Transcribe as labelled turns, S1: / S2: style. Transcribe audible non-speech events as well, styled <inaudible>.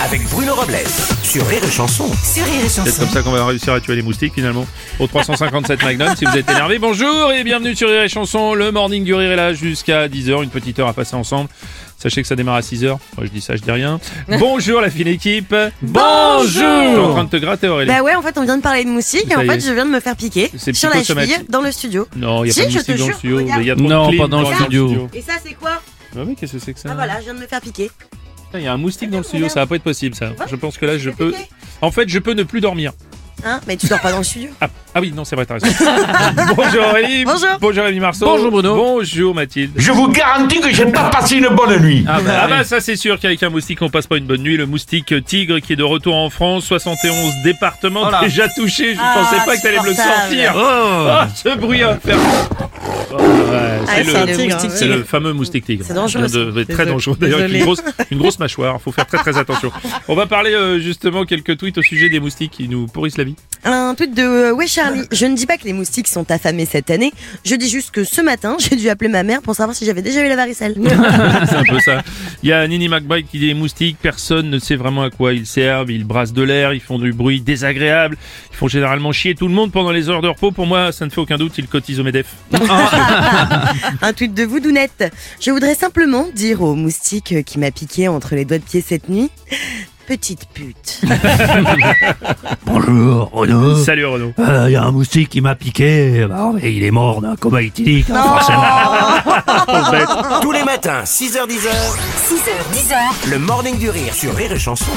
S1: avec Bruno Robles, sur Rire et Chanson.
S2: C'est comme ça qu'on va réussir à tuer les moustiques finalement. Au
S3: <laughs>
S2: 357 Magnum, si vous êtes énervé, bonjour et bienvenue sur Rire et Chanson. Le morning du rire est là jusqu'à 10h, une petite heure à passer ensemble. Sachez que ça démarre à 6h. Moi je dis ça, je dis rien.
S3: <laughs>
S2: Bonjour la fine équipe. Bonjour. T'es en train de te gratter Aurélie.
S3: Bah ouais, en fait, on vient de parler de moustiques et
S2: Ça
S3: en
S2: y
S3: fait,
S2: est.
S3: je viens de me faire piquer
S2: C'est
S3: sur la cheville
S2: psychosomatique.
S3: dans le studio.
S2: Non, il n'y a
S3: Si,
S2: pas de
S3: je te
S2: moustique dans le
S3: jure,
S2: studio.
S3: regarde.
S2: Il y a trop
S4: Non,
S2: de clim
S4: pas dans le studio.
S3: Et ça, c'est quoi
S2: Ah oui, qu'est-ce que c'est que ça
S3: Ah voilà, je viens de me faire piquer.
S2: Putain, Il y a un moustique dans le studio, ça va pas être possible ça. Je pense que là je peux.
S3: piqué.
S2: En fait, je peux ne plus dormir.
S3: Hein Mais tu dors pas dans le studio.
S2: Ah, ah oui, non, c'est vrai, t'as raison.
S3: <laughs>
S2: Bonjour Aurélie.
S3: Bonjour.
S2: Bonjour Rémi Marceau.
S4: Bonjour, Bruno.
S2: Bonjour Mathilde.
S5: Je vous garantis que j'ai pas passé une bonne nuit.
S2: Ah bah,
S4: Ah oui.
S2: ça c'est sûr qu'avec un moustique on passe pas une bonne nuit. Le moustique tigre qui est de retour en France, 71 départements
S4: Oh là.
S2: déjà touchés. Je
S3: Ah,
S2: pensais pas que t'allais me le
S3: supportable.
S2: sentir.
S4: Oh
S2: Ah, ce bruit infernal. Oh, ouais,
S3: Ah,
S2: c'est le,
S3: moustique
S4: hein,
S2: c'est le fameux moustique tigre.
S3: C'est dangereux,
S2: Ça devait être très
S4: Désolé.
S2: dangereux. D'ailleurs, avec une
S4: Désolé.
S2: grosse, une grosse mâchoire. Faut faire très très attention. On va parler euh, justement quelques tweets au sujet des moustiques qui nous pourrissent la vie.
S3: Un tweet de euh, Ouais Charlie. Je ne dis pas que les moustiques sont affamés cette année. Je dis juste que ce matin, j'ai dû appeler ma mère pour savoir si j'avais déjà eu la varicelle.
S2: <laughs> C'est un peu ça. Il y a Nini McBride qui dit les moustiques, personne ne sait vraiment à quoi ils servent. Ils brassent de l'air, ils font du bruit désagréable. Ils font généralement chier tout le monde pendant les heures de repos. Pour moi, ça ne fait aucun doute, ils cotisent au MEDEF. Ah.
S3: <laughs> Un tweet de Voudounette. Je voudrais simplement dire au moustique qui m'a piqué entre les doigts de pied cette nuit. Petite pute.
S6: Bonjour,
S1: Mmh.
S6: Renaud. Il
S2: Salut Renaud.
S6: y a un moustique qui m'a piqué. Bah, mais il est mort d'un coma éthylique, hein, forcément.
S1: <laughs> Tous les matins,
S7: 6h,
S1: 6h10,
S7: 10h,
S1: le Morning du Rire sur Rire et Chanson.